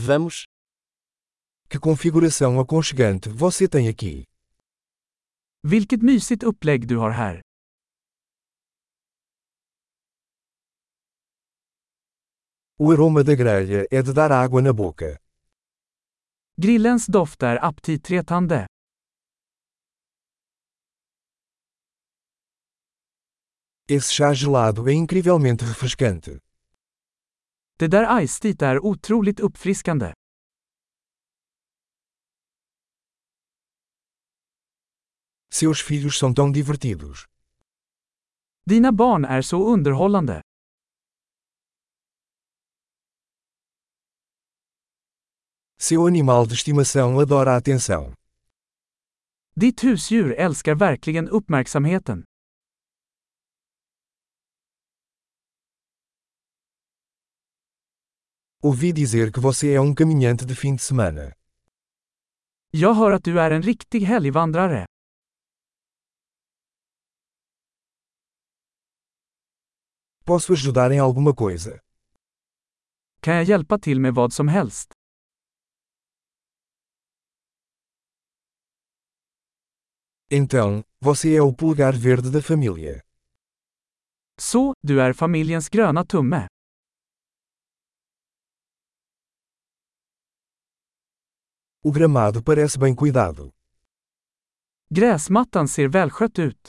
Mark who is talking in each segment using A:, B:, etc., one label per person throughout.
A: Vamos.
B: Que configuração aconchegante você tem aqui.
C: Vilket mysigt upplägg du har här.
B: O aroma da grelha é de dar água na boca.
C: Grillens doft är aptitretande.
B: Esse chá gelado é incrivelmente refrescante.
C: Det där iced är otroligt uppfriskande.
B: Seus filhos são tão divertidos.
C: Dina barn är så underhållande.
B: Seu animal de estimação adora a atenção.
C: Ditt husdjur älskar verkligen uppmärksamheten.
B: Ouvi dizer que você é um caminhante de fim de semana.
C: Jag hör att du är en riktig helgvandrare.
B: Posso ajudar em alguma coisa?
C: Kan jag hjälpa till med vad som helst?
B: Então, você é o pulgar verde da família.
C: Så, du är familjens gröna tumme.
B: O gramado parece bem cuidado.
C: Gräsmattan ser välskött ut.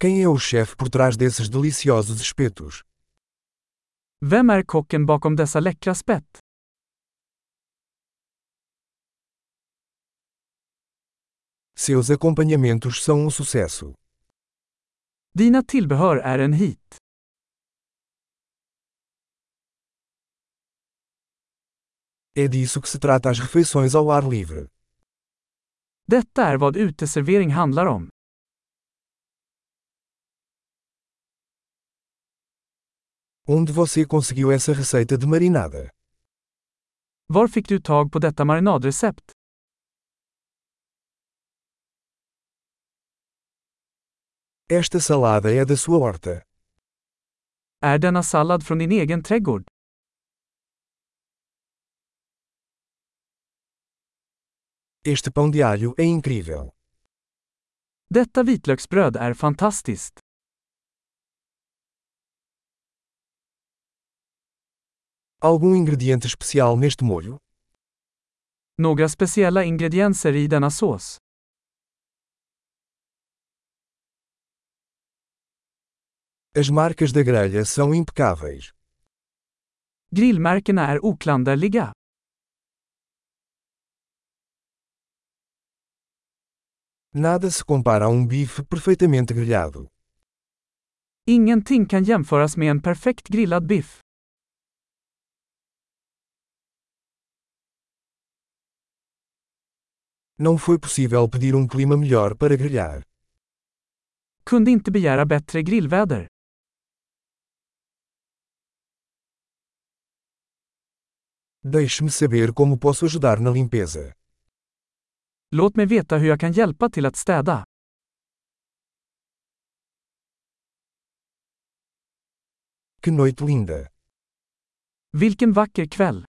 B: Quem é o chefe por trás desses deliciosos espetos?
C: Vem är kocken bakom dessa läckra spett?
B: Seus acompanhamentos são um sucesso.
C: Dina tillbehör är en hit.
B: É disso que se trata as refeições ao ar livre.
C: Detta är vad uteservering handlar om.
B: Onde você conseguiu essa receita de marinada?
C: Var fick du tag på detta marinadrecept?
B: Esta salada é da sua horta.
C: Är denna sallad från din egen trädgård?
B: Este pão de alho é incrível.
C: Detta vitlöksbröd är fantastiskt.
B: Algum ingrediente especial neste molho?
C: Några speciella ingredienser i denna sås.
B: As marcas da grelha são impecáveis.
C: Grillmärkena är oklanderliga.
B: Nada se compara a um bife perfeitamente grelhado.
C: Ingenting kan jämföras med en perfekt grillad biff.
B: Não foi possível pedir um clima melhor para grelhar.
C: Kunde inte begära bättre grillväder.
B: Deixe-me saber como posso ajudar na limpeza.
C: Låt mig veta hur jag kan hjälpa till att städa.
B: Que noite linda!
C: Vilken vacker kväll!